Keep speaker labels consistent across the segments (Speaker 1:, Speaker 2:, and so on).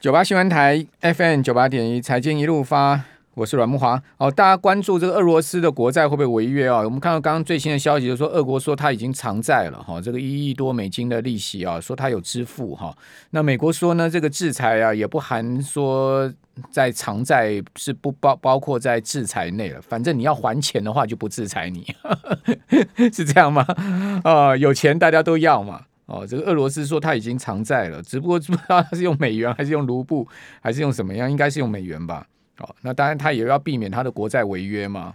Speaker 1: 九八新闻台 FM 九八点一，财经一路发，我是阮木华。哦，大家关注这个俄罗斯的国债会不会违约啊、我们看到刚刚最新的消息，就是说俄国说它已经偿债了哈、这个一亿多美金的利息啊，说它有支付哈、那美国说呢，这个制裁啊也不含说在偿债是不包包括在制裁内了，反正你要还钱的话就不制裁你， 是这样吗？啊、有钱大家都要嘛。哦，这个俄罗斯说它已经偿债了，只不过 不知道它是用美元还是用卢布还是用什么样，应该是用美元吧。哦，那当然它也要避免它的国债违约嘛。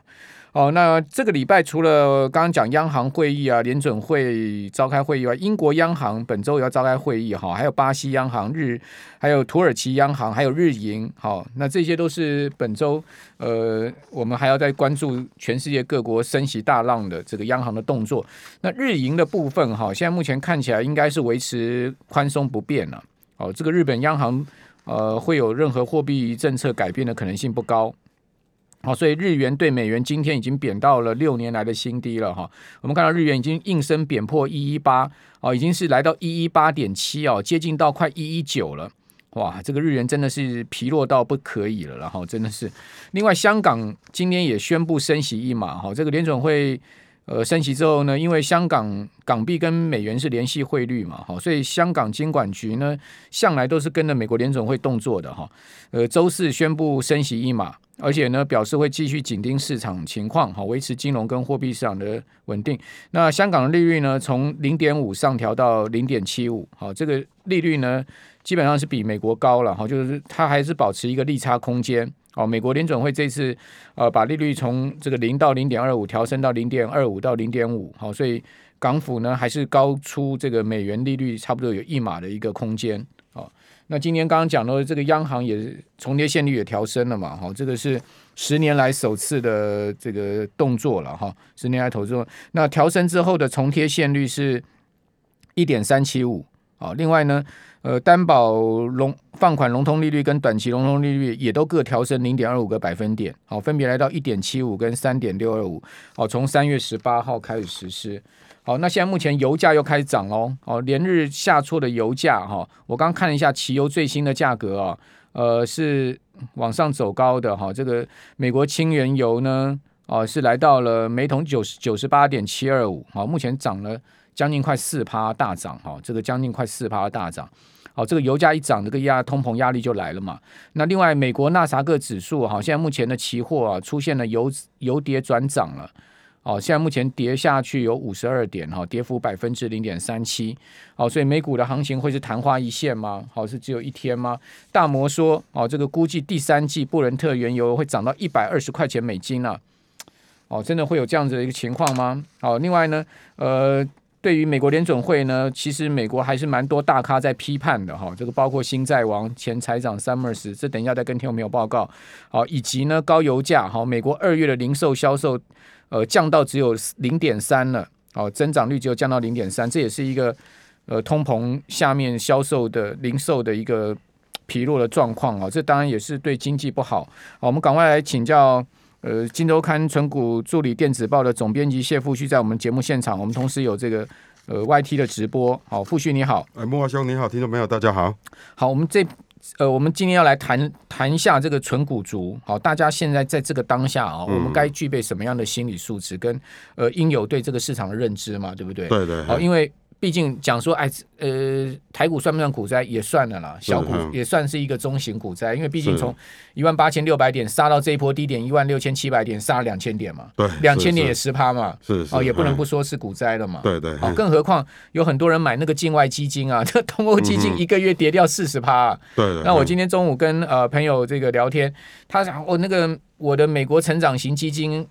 Speaker 1: 哦，那这个礼拜除了刚刚讲央行会议啊、联准会召开会议外，英国央行本周也要召开会议哈、还有巴西央行、日，还有土耳其央行，还有日银，好、那这些都是本周呃，我们还要再关注全世界各国升息大浪的这个央行的动作。那日银的部分哈，现在目前看起来应该是维持宽松不变了、哦，这个日本央行呃会有任何货币政策改变的可能性不高。好、所以日元对美元今天已经贬到了六年来的新低了哈、我们看到日元已经应声贬破一一八哦，已经是来到一一八点七哦，接近到快一一九了。哇，这个日元真的是疲弱到不可以了，然后真的是。另外，香港今天也宣布升息一码哈、这个联总会呃升息之后呢，因为香港港币跟美元是联系汇率嘛，好，所以香港金管局呢向来都是跟着美国联总会动作的哈。呃，周四宣布升息一码，而且呢表示会继续紧盯市场情况，好维持金融跟货币市场的稳定。那香港的利率呢，从零点五上调到零点七五，好，这个利率呢基本上是比美国高了，哈，就是它还是保持一个利差空间。哦，美国联准会这次呃把利率从这个零到零点二五调升到零点二五到零点五，好，所以港府呢还是高出这个美元利率差不多有一码的一个空间。哦，那今天刚刚讲到这个央行也重贴现率也调升了嘛，哈、这个是十年来首次的这个动作了哈、十年来投资。那调升之后的重贴现率是一点三七五，好，另外呢，呃，担保融放款融通利率跟短期融通利率也都各调升零点二五个百分点，好，分别来到一点七五跟三点六二五，好，从三月十八号开始实施。好，那现在目前油价又开始涨喽，哦，连日下挫的油价哈、我刚看了一下汽油最新的价格啊、呃，是往上走高的哈、这个美国轻原油呢，哦、是来到了每桶九十九十八点七二五，好，目前涨了将近快四趴大涨哈、这个将近快四趴大涨。好，哦这个油价一涨，这个压通膨压力就来了嘛。那另外，美国纳萨克指数哈、现在目前的期货啊出现了由由跌转涨了。哦，现在目前跌下去有五十二点哈、跌幅百分之零点三七。哦，所以美股的行情会是昙花一现吗？好、是只有一天吗？大摩说，哦，这个估计第三季布伦特原油会涨到一百二十块钱美金啊。哦，真的会有这样子的一个情况吗？哦，另外呢，呃，对于美国联准会呢，其实美国还是蛮多大咖在批判的哈、这个包括新债王前财长 Summers，这等一下再跟听众朋友报告。好、以及呢高油价，好、美国二月的零售销售呃降到只有零点三了，哦，增长率只有降到零点三，这也是一个呃通膨下面销售的零售的一个疲弱的状况哦，这当然也是对经济不好。好，我们赶快来请教。呃，《金周刊》存股助理电子报的总编辑谢富旭在我们节目现场，我们同时有这个呃 YT 的直播。好，富旭你好，
Speaker 2: 哎，木华兄你好，听众朋友大家好。
Speaker 1: 好，我们这呃，我们今天要来谈谈一下这个纯股族。好，大家现在在这个当下啊、
Speaker 2: 嗯
Speaker 1: 我们该具备什么样的心理素质，跟呃应有对这个市场的认知嘛，对不对？哦
Speaker 2: 对对，
Speaker 1: 好，因为毕竟讲说，哎，呃，台股算不算股灾也算了啦，小股
Speaker 2: 嗯
Speaker 1: 也算是一个中型股灾，因为毕竟
Speaker 2: 是
Speaker 1: 从一万八千六百点杀到这一波低点一万六千七百点，杀了两千点嘛，
Speaker 2: 对
Speaker 1: 两千
Speaker 2: 是
Speaker 1: 点也十趴嘛，
Speaker 2: 是是
Speaker 1: 哦，也不能
Speaker 2: 嗯
Speaker 1: 不说是股灾了嘛。
Speaker 2: 对对，
Speaker 1: 哦，
Speaker 2: 嗯
Speaker 1: 更何况有很多人买那个境外基金啊， 这东欧基金一个月跌掉四十趴。啊
Speaker 2: 对对。
Speaker 1: 那我
Speaker 2: 嗯
Speaker 1: 今天中午跟呃朋友这个聊天，他讲哦，那个我的美国成长型基金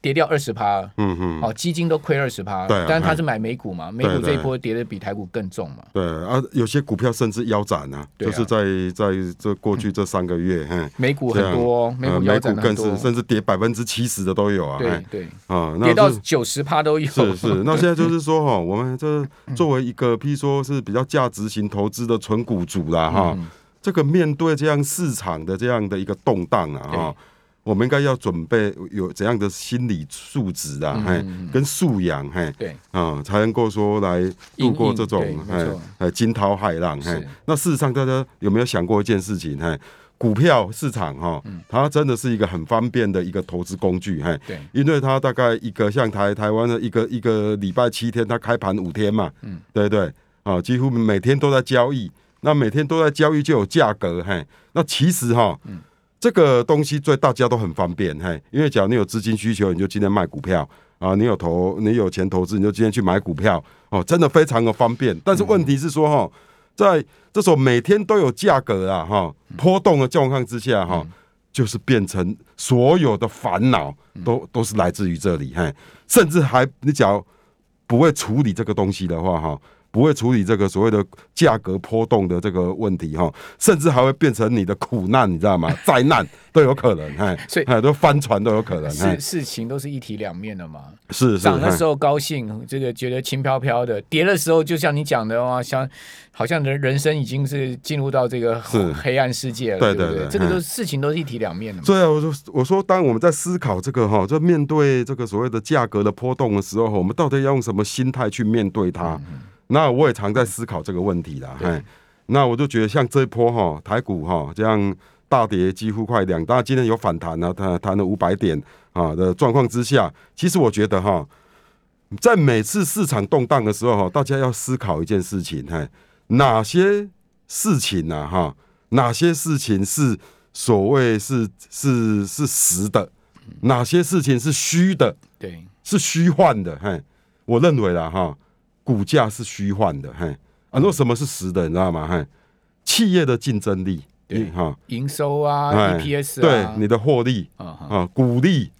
Speaker 1: 跌掉二十趴，
Speaker 2: 嗯嗯，
Speaker 1: 哦，基金都亏二十趴，
Speaker 2: 对啊
Speaker 1: 但是他是买美股嘛，美股
Speaker 2: 对
Speaker 1: 这一波跌的比台股更重嘛。
Speaker 2: 对啊，有些股票甚至腰斩啊，
Speaker 1: 对啊
Speaker 2: 就是在在这过去这三个月，嘿，
Speaker 1: 美股很多哦，美
Speaker 2: 呃
Speaker 1: 股腰
Speaker 2: 美股
Speaker 1: 斩了很
Speaker 2: 更
Speaker 1: 多
Speaker 2: 是，甚至跌百分之七十的都有啊，
Speaker 1: 对
Speaker 2: 嘿
Speaker 1: 对，
Speaker 2: 啊，那
Speaker 1: 跌到
Speaker 2: 是
Speaker 1: 九十趴都有。
Speaker 2: 是是，那现在就是说哈，我们这作为一个，譬如说是比较价值型投资的纯
Speaker 1: 嗯
Speaker 2: 股主啦哈，这个面对这样市场的这样的一个动荡啊哈，我们应该要准备有怎样的心理素质
Speaker 1: 嗯
Speaker 2: 啊，嘿，跟素养，嘿，
Speaker 1: 对，
Speaker 2: 啊、才能够说来
Speaker 1: 因
Speaker 2: 度
Speaker 1: 应
Speaker 2: 过这
Speaker 1: 对
Speaker 2: 种
Speaker 1: 没
Speaker 2: 哎
Speaker 1: 错
Speaker 2: 哎惊涛骇浪。哎
Speaker 1: 是，
Speaker 2: 那事实上大家有没有想过一件事情？哎，股票市场哈，它真的是一个很方便的一个投资工具。哎，
Speaker 1: 对，
Speaker 2: 因为它大概一个像台台湾的一个一个礼拜七天，它开盘五天嘛，嗯，对对，啊，几乎每天都在交易，那每天都在交易就有价格，嘿，那其实哈，这个东西对大家都很方便，嘿，因为假如你有资金需求，你就今天卖股票啊，你有投你有钱投资，你就今天去买股票，哦，真的非常的方便。但是问题是说哈，在这种每天都有价格啊哈波动的状况之下哈。
Speaker 1: 嗯
Speaker 2: 就是变成所有的烦恼
Speaker 1: 嗯
Speaker 2: 都都是来自于这里，嘿，甚至还你假如不会处理这个东西的话，哈，不会处理这个所谓的价格波动的这个问题，哈，甚至还会变成你的苦难，你知道吗？ 灾难都有可能，嘿，
Speaker 1: 所以
Speaker 2: 嘿都翻船都有可能，
Speaker 1: 事，
Speaker 2: 嘿
Speaker 1: 事情都是一体两面的嘛。
Speaker 2: 是哎是，
Speaker 1: 涨的
Speaker 2: 嘿
Speaker 1: 时候高兴，这个觉得轻飘飘的；跌的时候，就像你讲的哇，像好像人人生已经是进入到这个
Speaker 2: 是
Speaker 1: 黑暗世界了，
Speaker 2: 对
Speaker 1: 不
Speaker 2: 对哎
Speaker 1: 对？
Speaker 2: 对
Speaker 1: 这个都是事情都是一体两面的嘛。
Speaker 2: 对啊，我说我说，当我们在思考这个哈，就面对这个所谓的价格的波动的时候，我们到底要用什么心态去面对它？那我也常在思考这个问题啦。
Speaker 1: 嗯对
Speaker 2: 嘿，那我就觉得像这一波哈，台股哈这样大跌几乎快两，当然今天有反弹啊，它弹了五百点啊的状况之下，其实我觉得哈，在每次市场动荡的时候哈，大家要思考一件事情，嘿，哪些事情啊哈，哪些事情是所谓是是是实的，哪些事情是虚的，
Speaker 1: 对，
Speaker 2: 是虚幻的。嘿，我认为啦哈，股价是虚幻的。嘿，啊，那什么是实的，你知道吗？嘿，企业的竞争力，
Speaker 1: 对
Speaker 2: 你哈，
Speaker 1: 营收啊
Speaker 2: 哎
Speaker 1: ，EPS
Speaker 2: 对
Speaker 1: 啊，
Speaker 2: 你的获利，
Speaker 1: 啊嗯哈
Speaker 2: 啊，鼓励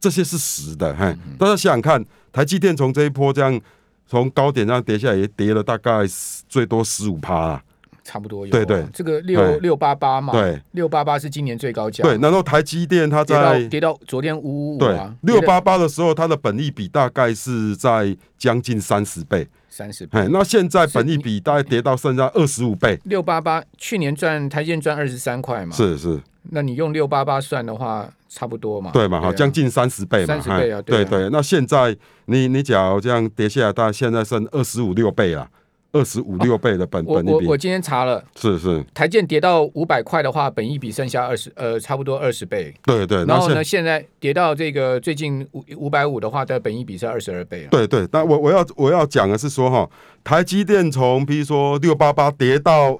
Speaker 2: 这些是实的。嘿，大家想想看，台积电从这一波这样从高点上跌下来，也跌了大概10最多十五趴啦。
Speaker 1: 差不多有啊。
Speaker 2: 对对
Speaker 1: 这个六
Speaker 2: 对
Speaker 1: 六八八嘛，
Speaker 2: 对
Speaker 1: 六八八是今年最高价，
Speaker 2: 对，，然后台积电它
Speaker 1: 跌到
Speaker 2: 在
Speaker 1: 跌到昨天五五五
Speaker 2: 对
Speaker 1: 啊，
Speaker 2: 六八八的时候，它的本益比大概是在将近三十倍。
Speaker 1: 三十倍。
Speaker 2: 哎，那现在本益比大概跌到剩下二十五倍，
Speaker 1: 六八八去年赚台积电赚二十三块嘛，，
Speaker 2: 是是，
Speaker 1: 那你用六八八算的话，差不多嘛，
Speaker 2: 对嘛？哈，
Speaker 1: 啊
Speaker 2: 将近三十倍嘛，
Speaker 1: 30倍啊
Speaker 2: 哎
Speaker 1: 对啊
Speaker 2: 对对。那现在你你假如这样跌下来，大概现在剩二十五六倍啦，二十五六倍的本
Speaker 1: 我
Speaker 2: 本益
Speaker 1: 我我
Speaker 2: 比，
Speaker 1: 今天查了，
Speaker 2: 是是，
Speaker 1: 台建跌到五百块的话，本益比剩下二十呃，差不多二十倍。
Speaker 2: 对对。
Speaker 1: 然
Speaker 2: 那
Speaker 1: 后呢，
Speaker 2: 现
Speaker 1: 现在跌到这个最近五五百五的话，它的本益比是二十二倍了。
Speaker 2: 对对，那我我要我要讲的是说哈，台积电从比如说六八八跌到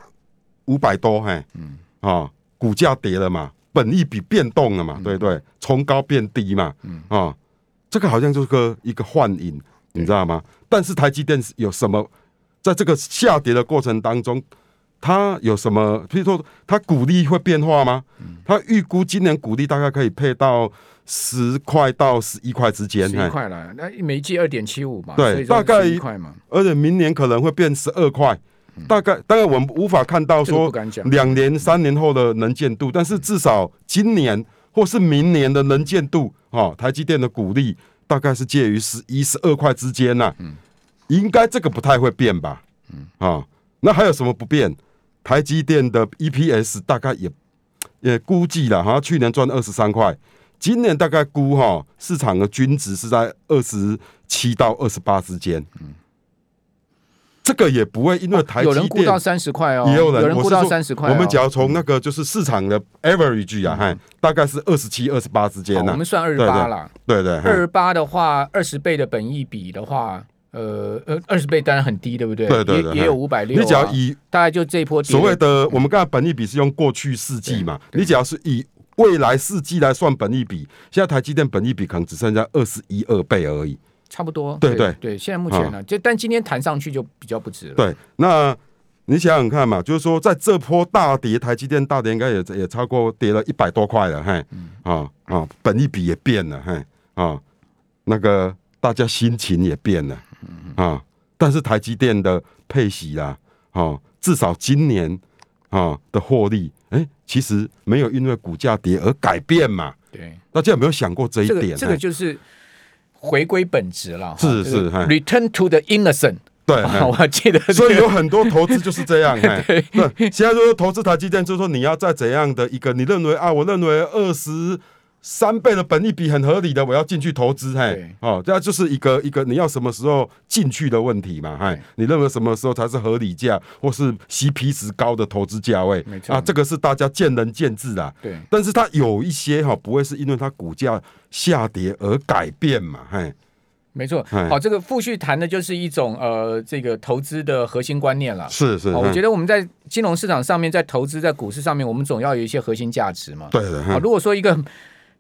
Speaker 2: 五百多，嘿，嗯，啊，股价跌了嘛，本益比变动了嘛，对对，从高变低嘛，嗯啊，这个好像就是个一个幻影，你知道吗？但是台积电是有什么，在这个下跌的过程当中，它有什么？譬如说，它股利会变化吗？它预估今年股利大概可以配到十块到十一块之间，
Speaker 1: 十一
Speaker 2: 嘿
Speaker 1: 块了，那每一季二点七五嘛，
Speaker 2: 对
Speaker 1: 所以说
Speaker 2: 大概
Speaker 1: 11块嘛，
Speaker 2: 而且明年可能会变十二块，大概当然我们无法看到
Speaker 1: 嗯这个不
Speaker 2: 说
Speaker 1: 敢讲。
Speaker 2: 两年、三年后的能见度，但是至少今年或是明年的能见度，哦，台积电的股利大概是介于十一、十二块之间呐、
Speaker 1: 嗯
Speaker 2: 应该这个不太会变吧？嗯，啊，那还有什么不变？台积电的 EPS 大概也也估计了，好像去年赚二十三块，今年大概估哈、市场的均值是在二十七到二十八之间。嗯，这个也不会因为台积
Speaker 1: 有
Speaker 2: 电、
Speaker 1: 人估到三十块哦，
Speaker 2: 也有人，
Speaker 1: 估
Speaker 2: 我
Speaker 1: 到
Speaker 2: 是说
Speaker 1: 三十块哦。
Speaker 2: 我们只要从那个就是市场的 average 啊，嗨，大概是二十七、二十八之间
Speaker 1: 好哦我
Speaker 2: 呢
Speaker 1: 们。算二十
Speaker 2: 啊对嗯
Speaker 1: 八
Speaker 2: 对
Speaker 1: 啦，
Speaker 2: 对对，
Speaker 1: 二
Speaker 2: 嗨
Speaker 1: 十八的话，二十倍的本益比的话，呃呃，二十倍当然很低，对不对？
Speaker 2: 对对对
Speaker 1: 也也有五百六。啊
Speaker 2: 你只要以
Speaker 1: 大概就这一波跌
Speaker 2: 所
Speaker 1: 了
Speaker 2: 谓的我们刚才本益比是用过去世纪嘛，
Speaker 1: 对对
Speaker 2: 你只要是以未来世纪来算本益比，现在台积电本益比可能只剩下二十一二倍而已。
Speaker 1: 差不多，
Speaker 2: 对
Speaker 1: 对
Speaker 2: 对
Speaker 1: 对，现在目前呢，就但今天弹上去就比较不值了。
Speaker 2: 对，那你想想看嘛，就是说在这波大跌，台积电大跌应该也也超过跌了一百多块了，嘿，
Speaker 1: 嗯
Speaker 2: 啊啊，本一比也变了，嘿啊，那个大家心情也变了，
Speaker 1: 嗯
Speaker 2: 啊，但是台积电的配息啦，哦、至少今年啊的获利，哎、其实没有因为股价跌而改变嘛，
Speaker 1: 对，
Speaker 2: 大家有没有想过这一
Speaker 1: 这
Speaker 2: 点？
Speaker 1: 个这个
Speaker 2: 嘿
Speaker 1: 就是回归本质了，
Speaker 2: 是
Speaker 1: 哈
Speaker 2: 是
Speaker 1: 这个
Speaker 2: 嗨
Speaker 1: ，return to the innocent，
Speaker 2: 对，嘿
Speaker 1: 啊我还记 得这个，
Speaker 2: 所以有很多投资就是这样，哎，对，现在就是投资台积电，就是说你要在怎样的一个，你认为啊，我认为二十三倍的本益比很合理的，我要进去投资，嘿
Speaker 1: 对，
Speaker 2: 哦，这就是一个一个你要什么时候进去的问题嘛，嘿
Speaker 1: 对，
Speaker 2: 你认为什么时候才是合理价或是 CP 值高的投资价位？
Speaker 1: 没错
Speaker 2: 啊，这个是大家见仁见智啦。
Speaker 1: 对，
Speaker 2: 但是它有一些哈、不会是因为它股价下跌而改变嘛，嘿，
Speaker 1: 没错。
Speaker 2: 哎
Speaker 1: 好，这个复续谈的就是一种呃，这个投资的核心观念了。
Speaker 2: 是哎是，
Speaker 1: 啊
Speaker 2: 嗯
Speaker 1: 好，我
Speaker 2: 嘿
Speaker 1: 觉得我们在金融市场上面，在投资在股市上面，我们总要有一些核心价值嘛。
Speaker 2: 对哎的，嗯
Speaker 1: 好，
Speaker 2: 嘿
Speaker 1: 如果说一个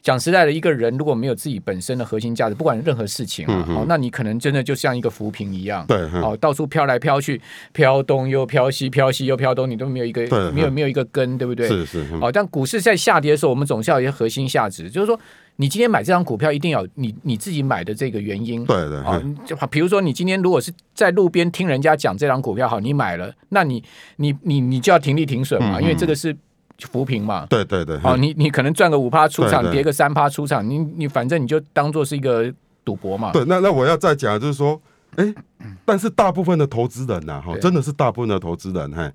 Speaker 1: 讲实在的，一个人如果没有自己本身的核心价值，不管任何事情啊，
Speaker 2: 嗯嗯
Speaker 1: 好，那你可能真的就像一个浮萍一样。
Speaker 2: 对，嘿
Speaker 1: 哦，到处飘来飘去，飘东又飘西，飘西又飘东，你都没有一个
Speaker 2: 对
Speaker 1: 没有
Speaker 2: 嗯
Speaker 1: 没有一个根，对不对？
Speaker 2: 是嗯是，嘿
Speaker 1: 哦，但股市在下跌的时候，我们总是要有一些核心价值，就是说，你今天买这张股票，一定要有你你自己买的这个原因。
Speaker 2: 对的，嗯
Speaker 1: 哦
Speaker 2: 嘿，
Speaker 1: 你就比如说你今天如果是在路边听人家讲这张股票好，你买了，那你你你你就要停利停损嘛，
Speaker 2: 嗯
Speaker 1: 因为这个是浮萍嘛。
Speaker 2: 对对对，嘿
Speaker 1: 哦，你你可能赚个五趴出场
Speaker 2: 对，对
Speaker 1: 跌个三趴出场，你你反正你就当做是一个赌博嘛。
Speaker 2: 对，那那我要再讲就是说，哎、但是大部分的投资人呐、哈，
Speaker 1: 对
Speaker 2: 真的是大部分的投资人，嘿，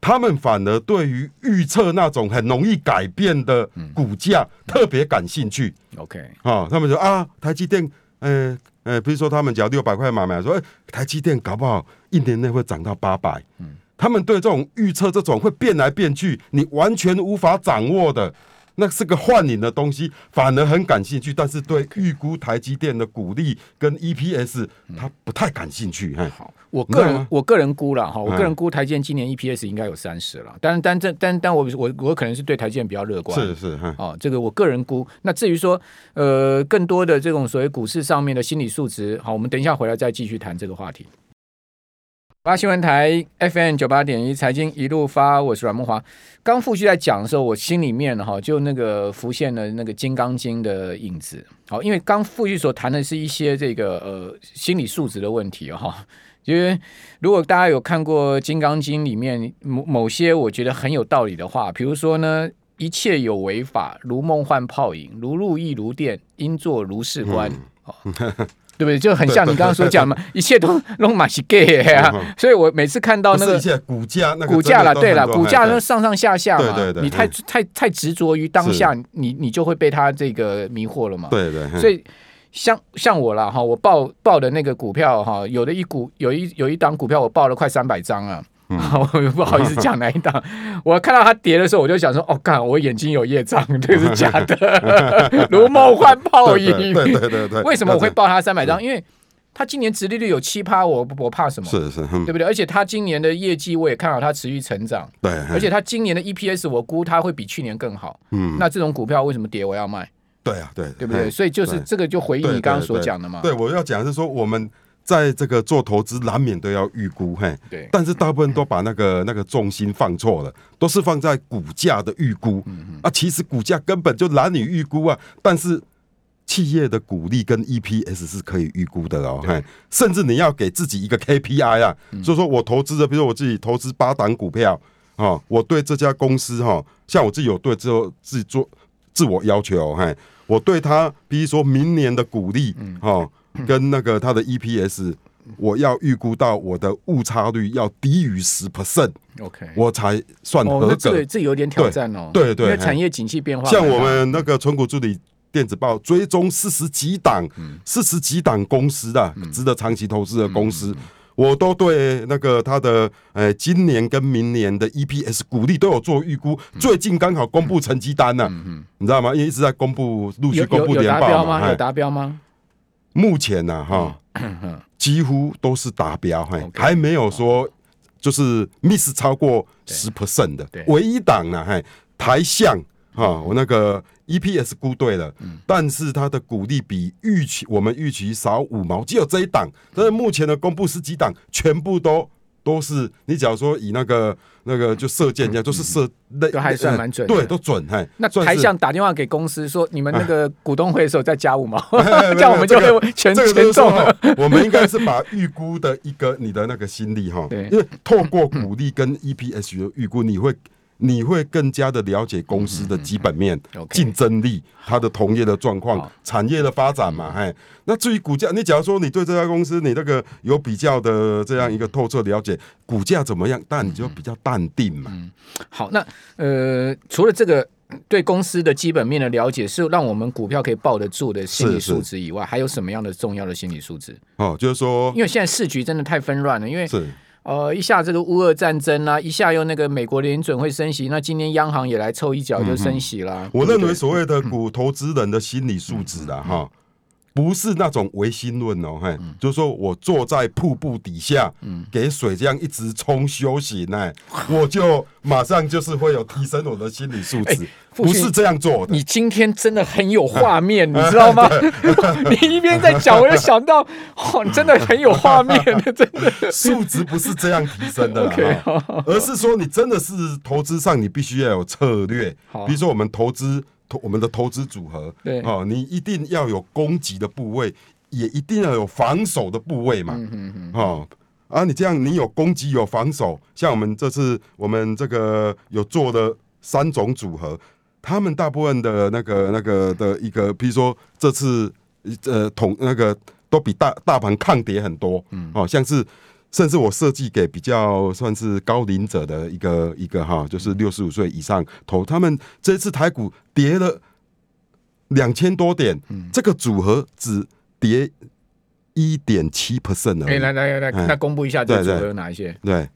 Speaker 2: 他们反而对于预测那种很容易改变的股价、特别感兴趣
Speaker 1: OK，
Speaker 2: 啊、他们说啊，台积电，呃呃，比如说他们只要六百块买买，说、哎台积电搞不好一年内会涨到八百，嗯，他们对这种预测这种会变来变去，你完全无法掌握的。那是个幻影的东西，反而很感兴趣，但是对预估台积电的股利跟 EPS，他
Speaker 1: 嗯
Speaker 2: 不太感兴趣。嘿，
Speaker 1: 好，我个
Speaker 2: 哎你知道
Speaker 1: 人
Speaker 2: 吗
Speaker 1: 我个人估了哈，我
Speaker 2: 嗯
Speaker 1: 个人估台积电今年 EPS 应该有三十了，但但这但但我我我可能是对台积电比较乐观。
Speaker 2: 是是，嘿，
Speaker 1: 哦，这个我个人估。那至于说，呃，更多的这种所谓股市上面的心理素质，好，我们等一下回来再继续谈这个话题。八新闻台 FM 九八点一财经一路发，我是阮梦华。刚复旭在讲的时候，我心里面哈就那个浮现了那个《金刚经》的影子。好，因为刚复旭所谈的是一些这个呃心理素质的问题哈、因为如果大家有看过《金刚经》里面某某些我觉得很有道理的话，比如说呢，一切有为法，如梦幻泡影，如露亦如电，应作如是观。
Speaker 2: 嗯
Speaker 1: 哦对不对？就很像你刚刚所讲 嘛，一切都弄马是 gay 啊
Speaker 2: 嗯哼，
Speaker 1: 所以我每次看到
Speaker 2: 不
Speaker 1: 哦那
Speaker 2: 是
Speaker 1: 个
Speaker 2: 一些股价那个
Speaker 1: 股价啦，
Speaker 2: 真的都
Speaker 1: 对啦，
Speaker 2: 很多
Speaker 1: 股价
Speaker 2: 嘿
Speaker 1: 都上上下下嘛，
Speaker 2: 对对对
Speaker 1: 你太
Speaker 2: 嗯
Speaker 1: 太太执着于当下，你你就会被他这个迷惑了嘛。
Speaker 2: 对对，嘿
Speaker 1: 所以像像我啦哈，我报报的那个股票哈，有的一股有一有一档股票我报了快三百张啊。
Speaker 2: 嗯
Speaker 1: 我也不好意思讲哪一档，我看到它跌的时候，我就想说，哦，干，我眼睛有业障， 这是假 的，如梦幻泡影。
Speaker 2: 对对对对 对，
Speaker 1: 为什么我会
Speaker 2: 那
Speaker 1: 报它三百张？因为它今年殖利率有七趴，我我怕什么？
Speaker 2: 这？是是，嗯
Speaker 1: 对不对？而且它今年的业绩我也看好它持续成长，
Speaker 2: 对，
Speaker 1: 而
Speaker 2: 而
Speaker 1: 且它今年的 EPS 我估它会比去年更好。
Speaker 2: 嗯，
Speaker 1: 那这种股票为什么跌我要卖？
Speaker 2: 对啊，对，
Speaker 1: 对不
Speaker 2: 嘿
Speaker 1: 对？所以就是
Speaker 2: 对
Speaker 1: 这个就回应
Speaker 2: 对
Speaker 1: 你刚刚
Speaker 2: 对
Speaker 1: 所
Speaker 2: 对
Speaker 1: 讲的嘛。
Speaker 2: 对，我要讲的是说，我们在这个做投资难免都要预估，嘿，
Speaker 1: 对
Speaker 2: 但是大部分都把那个那个重心放错了，都是放在股价的预估，
Speaker 1: 嗯
Speaker 2: 啊，其实股价根本就难以预估啊，但是。企业的股利跟 EPS 是可以预估的哦，嘿，甚至你要给自己一个 KPI 啊，
Speaker 1: 嗯
Speaker 2: 所以说我投资的，比如说我自己投资八档股票，哦，我对这家公司哈、哦，像我自己有对之后自己做自我要求，嘿，我对它，比如说明年的股利，
Speaker 1: 嗯
Speaker 2: 哦，跟那个它的 EPS，我要预估到我的误差率要低于十 percent，
Speaker 1: ，OK。
Speaker 2: 我才算
Speaker 1: 嗯哦，
Speaker 2: 合
Speaker 1: 那这
Speaker 2: 格
Speaker 1: 个。这个有点挑战哦。
Speaker 2: 对对对
Speaker 1: 因为产业景气变化蛮大。
Speaker 2: 像我们那个纯股助理电子报追踪四十几档、四十几档公司啊，值得长期投资的公司，我都对那个它的呃今年跟明年的 EPS 股利都有做预估。最近刚好公布成绩单呢、你知道吗？因为一直在公布陆续
Speaker 1: 有
Speaker 2: 公
Speaker 1: 有
Speaker 2: 布
Speaker 1: 有
Speaker 2: 年
Speaker 1: 达标
Speaker 2: 报嘛，
Speaker 1: 吗？有
Speaker 2: 哎
Speaker 1: 达标吗？
Speaker 2: 目前呢、哈，几乎都是达标，嘿
Speaker 1: 嗯 OK，
Speaker 2: 还没有说就是 miss 超过十 percent 的
Speaker 1: 对，嗯
Speaker 2: 唯一档呢、嘿，台象哈，我那个 EPS 估对了，但是它的股利比预期我们预期少五毛，只有这一档，但是目前的公布十几档全部都。都是你，假如说以那个那个就射箭一样，都是射类，
Speaker 1: 嗯都还算蛮准的
Speaker 2: 对，都准嘿。
Speaker 1: 那
Speaker 2: 算
Speaker 1: 台
Speaker 2: 是
Speaker 1: 象打电话给公司说，你们那个股东会的时候再加五毛，
Speaker 2: 哎 没有
Speaker 1: 这样我们就会全
Speaker 2: 这个就
Speaker 1: 全
Speaker 2: 是说
Speaker 1: 中 了。
Speaker 2: 哈 我们应该是把预估的一个你的那个心力哈，
Speaker 1: 对
Speaker 2: 因为透过股利跟 E EPS 的预估，你会你会更加的了解公司的基本面
Speaker 1: 嗯嗯嗯、OK
Speaker 2: 竞争力、它的同业的状况
Speaker 1: 好、
Speaker 2: 产业的发展嘛，哎，那至于股价，你假如说你对这家公司你那个有比较的这样一个透彻了解，
Speaker 1: 嗯
Speaker 2: 股价怎么样，但你就比较淡定嘛，
Speaker 1: 好，那呃，除了这个对公司的基本面的了解，是让我们股票可以抱得住的心理
Speaker 2: 是是
Speaker 1: 素质以外，还有什么样的重要的心理素质？
Speaker 2: 哦，就是说
Speaker 1: 因为现在市局真的太纷乱了，因为
Speaker 2: 是
Speaker 1: 呃，一下这个乌俄战争啊，一下又那个美国联准会升息，那今天央行也来凑一脚
Speaker 2: 嗯
Speaker 1: 就升息啦。
Speaker 2: 我
Speaker 1: 啊对不对
Speaker 2: 认
Speaker 1: 嗯
Speaker 2: 为所谓的股投资人的心理素质啦，哈，不是那种唯心论哦，嘿，
Speaker 1: 嗯
Speaker 2: 就是说我坐在瀑布底下，给水这样一直冲休息呢，我就马上就是会有提升我的心理素质，
Speaker 1: 父
Speaker 2: 不
Speaker 1: 亲
Speaker 2: 是这样做的。
Speaker 1: 你今天真的很有画面，你知道吗？ 你一边在讲，我就想到，哦，你真的很有画面， 真的。
Speaker 2: 素质不是这样提升 的
Speaker 1: OK，
Speaker 2: 啦，哈而是说你真的是投资上你必须要有策略
Speaker 1: 好，
Speaker 2: 比如说我们投资投我们的投资组合，
Speaker 1: 对
Speaker 2: 哦，你一定要有攻击的部位，也一定要有防守的部位嘛，哦。啊，你这样，你有攻击有防守，像我们这次我们这个有做的三种组合，他们大部分的那个那个的一个，譬如说这次呃统那个都比大大盘抗跌很多，嗯，哦，像是甚至我设计给比较算是高龄者的一个一个哈，就是六十五岁以上投，他们这次台股跌了两千多点，
Speaker 1: 嗯
Speaker 2: 这个组合只跌一点七 percent 而
Speaker 1: 哎，
Speaker 2: 已，
Speaker 1: 来来来来，
Speaker 2: 嗯
Speaker 1: 那公布一下这
Speaker 2: 对
Speaker 1: 组
Speaker 2: 对
Speaker 1: 合有哪一些？
Speaker 2: 对。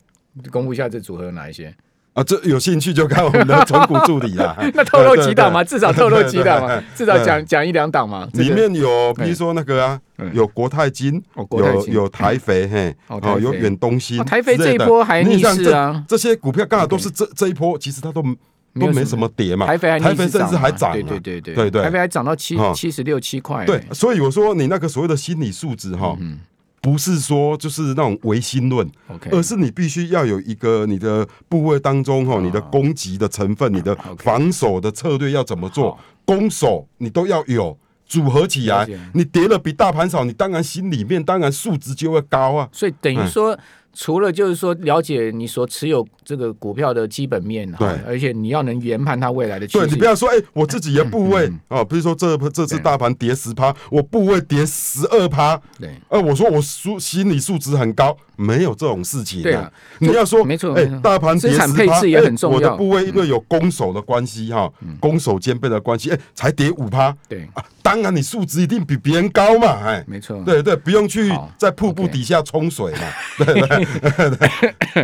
Speaker 1: 公布一下这组合有哪一些？
Speaker 2: 啊，这有兴趣就看我们的存股助理啦
Speaker 1: 。那透露几档
Speaker 2: 档
Speaker 1: 嘛？至少透露几档嘛？至少讲讲一两档嘛？这
Speaker 2: 里
Speaker 1: 个
Speaker 2: 面有，比如说那个啊
Speaker 1: 嗯，
Speaker 2: 有国泰金，
Speaker 1: 哦国泰
Speaker 2: 有
Speaker 1: 金
Speaker 2: 有台肥，嘿，
Speaker 1: 哦台肥
Speaker 2: 有远东新
Speaker 1: 哦，台肥
Speaker 2: 之类的
Speaker 1: 这一波还逆
Speaker 2: 像
Speaker 1: 势啊
Speaker 2: 这这些股票刚好都是这这一波，其实它都
Speaker 1: 没
Speaker 2: 都
Speaker 1: 有什么
Speaker 2: 没什么跌嘛，
Speaker 1: 台肥还
Speaker 2: 台
Speaker 1: 逆
Speaker 2: 肥
Speaker 1: 势
Speaker 2: 甚
Speaker 1: 涨
Speaker 2: 至
Speaker 1: 嘛
Speaker 2: 还涨啊，
Speaker 1: 对对对对
Speaker 2: 对对
Speaker 1: 台肥还涨到七
Speaker 2: 哦
Speaker 1: 七十六七块。
Speaker 2: 对，所以我说你那个所谓的心理素质哈，
Speaker 1: 嗯
Speaker 2: 不是说就是那种唯心论，
Speaker 1: ，OK，
Speaker 2: 而是你必须要有一个你的部位当中哈，你的攻击的成分，你的
Speaker 1: 哦 OK
Speaker 2: 防守的策略要怎么做
Speaker 1: 好，
Speaker 2: 攻守你都要有。组合起
Speaker 1: 了
Speaker 2: 来
Speaker 1: 解，
Speaker 2: 你跌了比大盘少，你当然心里面当然数值就会高啊。
Speaker 1: 所以等于说，除了就是说了解你所持有这个股票的基本面，哈
Speaker 2: 对
Speaker 1: 而且你要能研判它未来的趋
Speaker 2: 对
Speaker 1: 势。
Speaker 2: 你不要说，哎、我自己的部位哦，比如说这这次
Speaker 1: 嗯对
Speaker 2: 大盘跌十趴，我部位跌十二趴，
Speaker 1: 对
Speaker 2: 呃，我说我数心理素质很高，没有这种事情、
Speaker 1: 对啊，
Speaker 2: 你要说
Speaker 1: 没错
Speaker 2: 哎
Speaker 1: 没错，
Speaker 2: 大盘跌
Speaker 1: 资产
Speaker 2: 10%
Speaker 1: 配置也很重要嗯
Speaker 2: 哎我的部位因为有攻守的关系哈，攻守兼备的关系，哎，才跌五趴
Speaker 1: 对，
Speaker 2: 啊，当然你素质一定比别人高嘛，哎。
Speaker 1: 没错。
Speaker 2: 对对，不用去
Speaker 1: 好
Speaker 2: 在瀑布
Speaker 1: OK
Speaker 2: 底下冲 水嘛。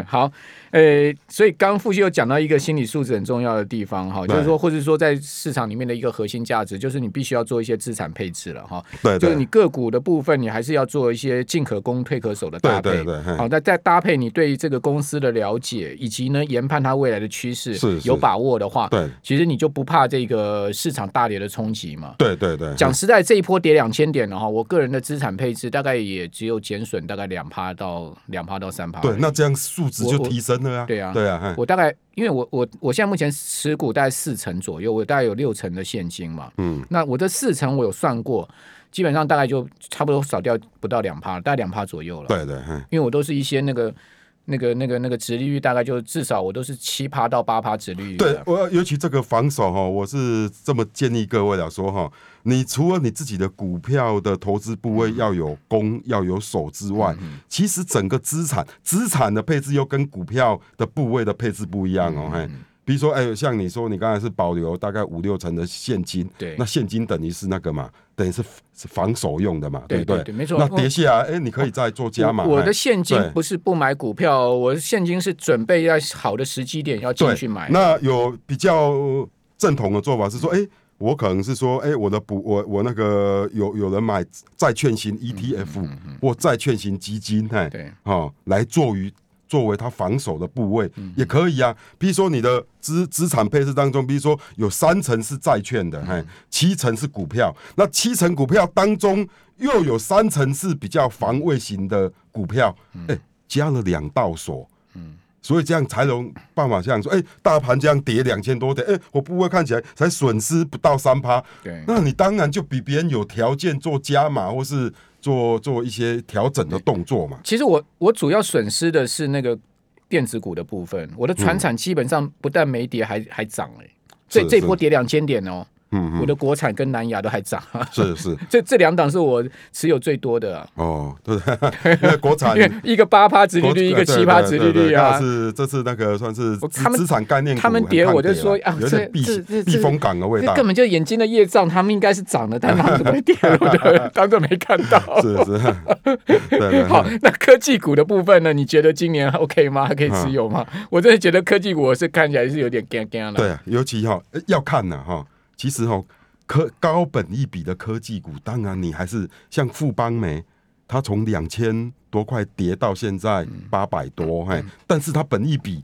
Speaker 1: 好，呃，所以刚刚复习有讲到一个心理素质很重要的地方哈，就是
Speaker 2: 对
Speaker 1: 说，或者说在市场里面的一个核心价值，就是你必须要做一些资产配置了哈。
Speaker 2: 对
Speaker 1: 就是你
Speaker 2: 对
Speaker 1: 个股的部分，你还是要做一些进可攻、退可守的搭配。
Speaker 2: 对对对嘿
Speaker 1: 好，那再搭配你对这个公司的了解，以及呢研判它未来的趋势，
Speaker 2: 是是
Speaker 1: 有把握的话，
Speaker 2: 对
Speaker 1: 其实你就不怕这个市场大跌的冲击嘛。
Speaker 2: 对对对，
Speaker 1: 讲实在，这一波跌两千点了哈，我个人的资产配置大概也只有减损大概两趴到两趴到三趴。
Speaker 2: 对，那这样素质就
Speaker 1: 我我
Speaker 2: 提升了啊。
Speaker 1: 对啊
Speaker 2: 对啊，嘿
Speaker 1: 我大概因为我我我现在目前持股大概四成左右，我大概有六成的现金嘛。
Speaker 2: 嗯，
Speaker 1: 那我这四成我有算过，基本上大概就差不多少掉不到两趴，大概两趴左右了。
Speaker 2: 对对，嘿
Speaker 1: 因为我都是一些那个、那个、那个、那个殖利率，大概就至少我都是七趴到八趴殖利率
Speaker 2: 对
Speaker 1: 的。
Speaker 2: 我尤其这个防守哈，我是这么建议各位来说哈，你除了你自己的股票的投资部位要有
Speaker 1: 嗯
Speaker 2: 攻、要有守之外，其实整个资产资产的配置又跟股票的部位的配置不一样
Speaker 1: 嗯
Speaker 2: 哦，嘿。比如说，哎、像你说，你刚才是保留大概五六成的现金，
Speaker 1: 对
Speaker 2: 那现金等于是那个嘛，等于是是防守用的嘛，
Speaker 1: 对
Speaker 2: 不对？
Speaker 1: 对对没错
Speaker 2: 那跌下来，哎、你可以再做加码。
Speaker 1: 我我的
Speaker 2: 嘿
Speaker 1: 现金
Speaker 2: 对
Speaker 1: 不是不买股票哦，我的现金是准备在好的时机点要进
Speaker 2: 对，
Speaker 1: 去买。
Speaker 2: 那有比较正统的做法是说，哎、我可能是说，哎、我的补我我那个有有人买债券型 ETF、或
Speaker 1: 嗯
Speaker 2: 债券型基金，哎，
Speaker 1: 对，
Speaker 2: 哦，来做于作为他防守的部位、也可以啊。比如说你的资资产配置当中，比如说有三成是债券的，嘿，七成是股票，那七成股票当中又有三成是比较防卫型的股票，哎、加了两道锁。所以这样才能办法像说，哎、大盘这样跌两千多点，哎、我部位看起来才损失不到三趴，
Speaker 1: 对
Speaker 2: 那你当然就比别人有条件做加码或是做做一些调整的动作嘛。
Speaker 1: 其实我我主要损失的是那个电子股的
Speaker 2: 嗯
Speaker 1: 部分，我的船产基本上不但没跌还，还涨哎、欸。所以
Speaker 2: 是
Speaker 1: 这
Speaker 2: 是
Speaker 1: 波跌两千点哦，
Speaker 2: 嗯
Speaker 1: 我
Speaker 2: 嗯，
Speaker 1: 的国产跟南亚都还涨，
Speaker 2: 是是
Speaker 1: 这这两档是我持有最多的啊、
Speaker 2: 哦， 对，因为国产
Speaker 1: 因为一个八趴殖利
Speaker 2: 啊国呃
Speaker 1: 率，一
Speaker 2: 对
Speaker 1: 个七趴
Speaker 2: 对
Speaker 1: 殖利
Speaker 2: 对
Speaker 1: 率
Speaker 2: 对
Speaker 1: 啊
Speaker 2: 那，是这次那个算是
Speaker 1: 我
Speaker 2: 资
Speaker 1: 他们
Speaker 2: 资产概念股
Speaker 1: 他们
Speaker 2: 很
Speaker 1: 跌
Speaker 2: 抗
Speaker 1: 我就
Speaker 2: 啦
Speaker 1: 说啊
Speaker 2: 有
Speaker 1: 这
Speaker 2: 点避
Speaker 1: 这这
Speaker 2: 避
Speaker 1: 这
Speaker 2: 风港的味
Speaker 1: 这
Speaker 2: 道，
Speaker 1: 根本就是眼睛的业障，他们应该是涨了，但他们怎么会跌了？我就当做没看到。
Speaker 2: 是是， 对对
Speaker 1: 好
Speaker 2: 对，，
Speaker 1: 那科技股的部分呢？你觉得今年 OK 吗？还可以持有吗？我真的觉得科技股我是看起来是有点干干了。
Speaker 2: 嗯对啊，尤其哈、呃要看呐、哈，其实哈、科高本一比的科技股，当然你还是像富邦煤，它从两千多块跌到现在八百多，嘿，但是它本一比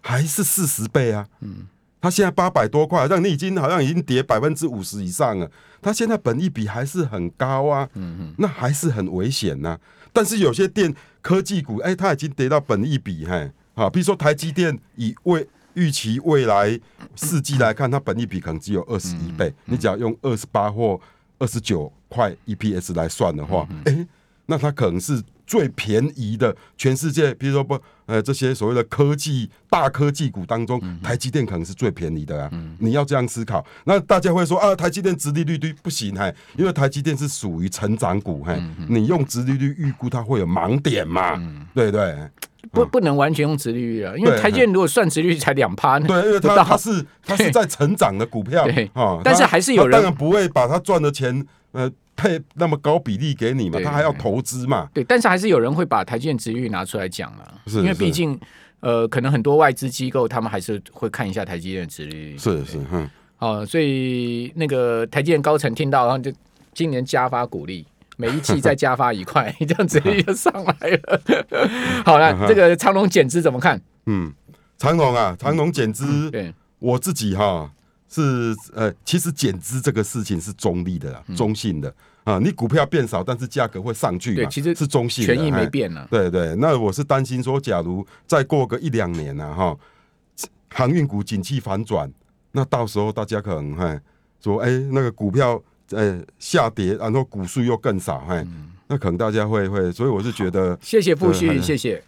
Speaker 2: 还是四十倍啊，嗯，它现在八百多块，让你已经好像已经跌百分之五十以上了，它现在本一比还是很高啊，嗯那还是很危险呐、但是有些电科技股，哎、它已经跌到本一比，嘿，好，比如说台积电以未预期未来四季来看，它本益比可能只有二十一倍。你只要用二十八或二十九块 EPS 来算的话，哎、那它可能是最便宜的。全世界，比如说不，呃，这些所谓的科技大科技股当中，
Speaker 1: 嗯
Speaker 2: 台积电可能是最便宜的啊。你要这样思考。那大家会说啊，台积电殖利率低不行，嘿，因为台积电是属于成长股，嘿，
Speaker 1: 嗯
Speaker 2: 你用殖利率预估它会有盲点嘛，对 不对？
Speaker 1: 不不能完全用殖利率啊，因为
Speaker 2: 嗯对
Speaker 1: 台积电如果算殖利率才两趴，
Speaker 2: 对，因为
Speaker 1: 不
Speaker 2: 它
Speaker 1: 到
Speaker 2: 它是它是在成长的股票
Speaker 1: 对
Speaker 2: 哦，
Speaker 1: 但是
Speaker 2: 它
Speaker 1: 还是有
Speaker 2: 它
Speaker 1: 人
Speaker 2: 当然不会把它赚的钱呃配那么高比例给你嘛，
Speaker 1: 对
Speaker 2: 它还要投资嘛，
Speaker 1: 对，但是还是有人会把台积电殖利率拿出来讲了，
Speaker 2: 是
Speaker 1: 因为毕
Speaker 2: 是
Speaker 1: 竟呃，可能很多外资机构他们还是会看一下台积电的殖利率。
Speaker 2: 是是，嗯，
Speaker 1: 哦，所以那个台积电高层听到，然后就今年加发鼓励。每一季再加发一块， 这样子就上来了。好了，这个长隆减资怎么看？
Speaker 2: 嗯，长隆啊，长
Speaker 1: 嗯
Speaker 2: 隆减资，
Speaker 1: 对，
Speaker 2: 我自己哈是呃，其实减资这个事情是中立的啦，
Speaker 1: 嗯
Speaker 2: 中性的啊，你股票变少，但是价格会上去嘛，
Speaker 1: 对其实
Speaker 2: 是中性的，
Speaker 1: 权益没
Speaker 2: 嘿
Speaker 1: 变呢。
Speaker 2: 对对，那我是担心说，假如再过个一两年啊，哈，航运股景气反转，那到时候大家可能嘿说，哎、那个股票呃下跌，
Speaker 1: 嗯
Speaker 2: 然后股数又更少，嘿，那可能大家会会，所以我是觉得
Speaker 1: 谢谢傅旭，
Speaker 2: 对
Speaker 1: 谢谢。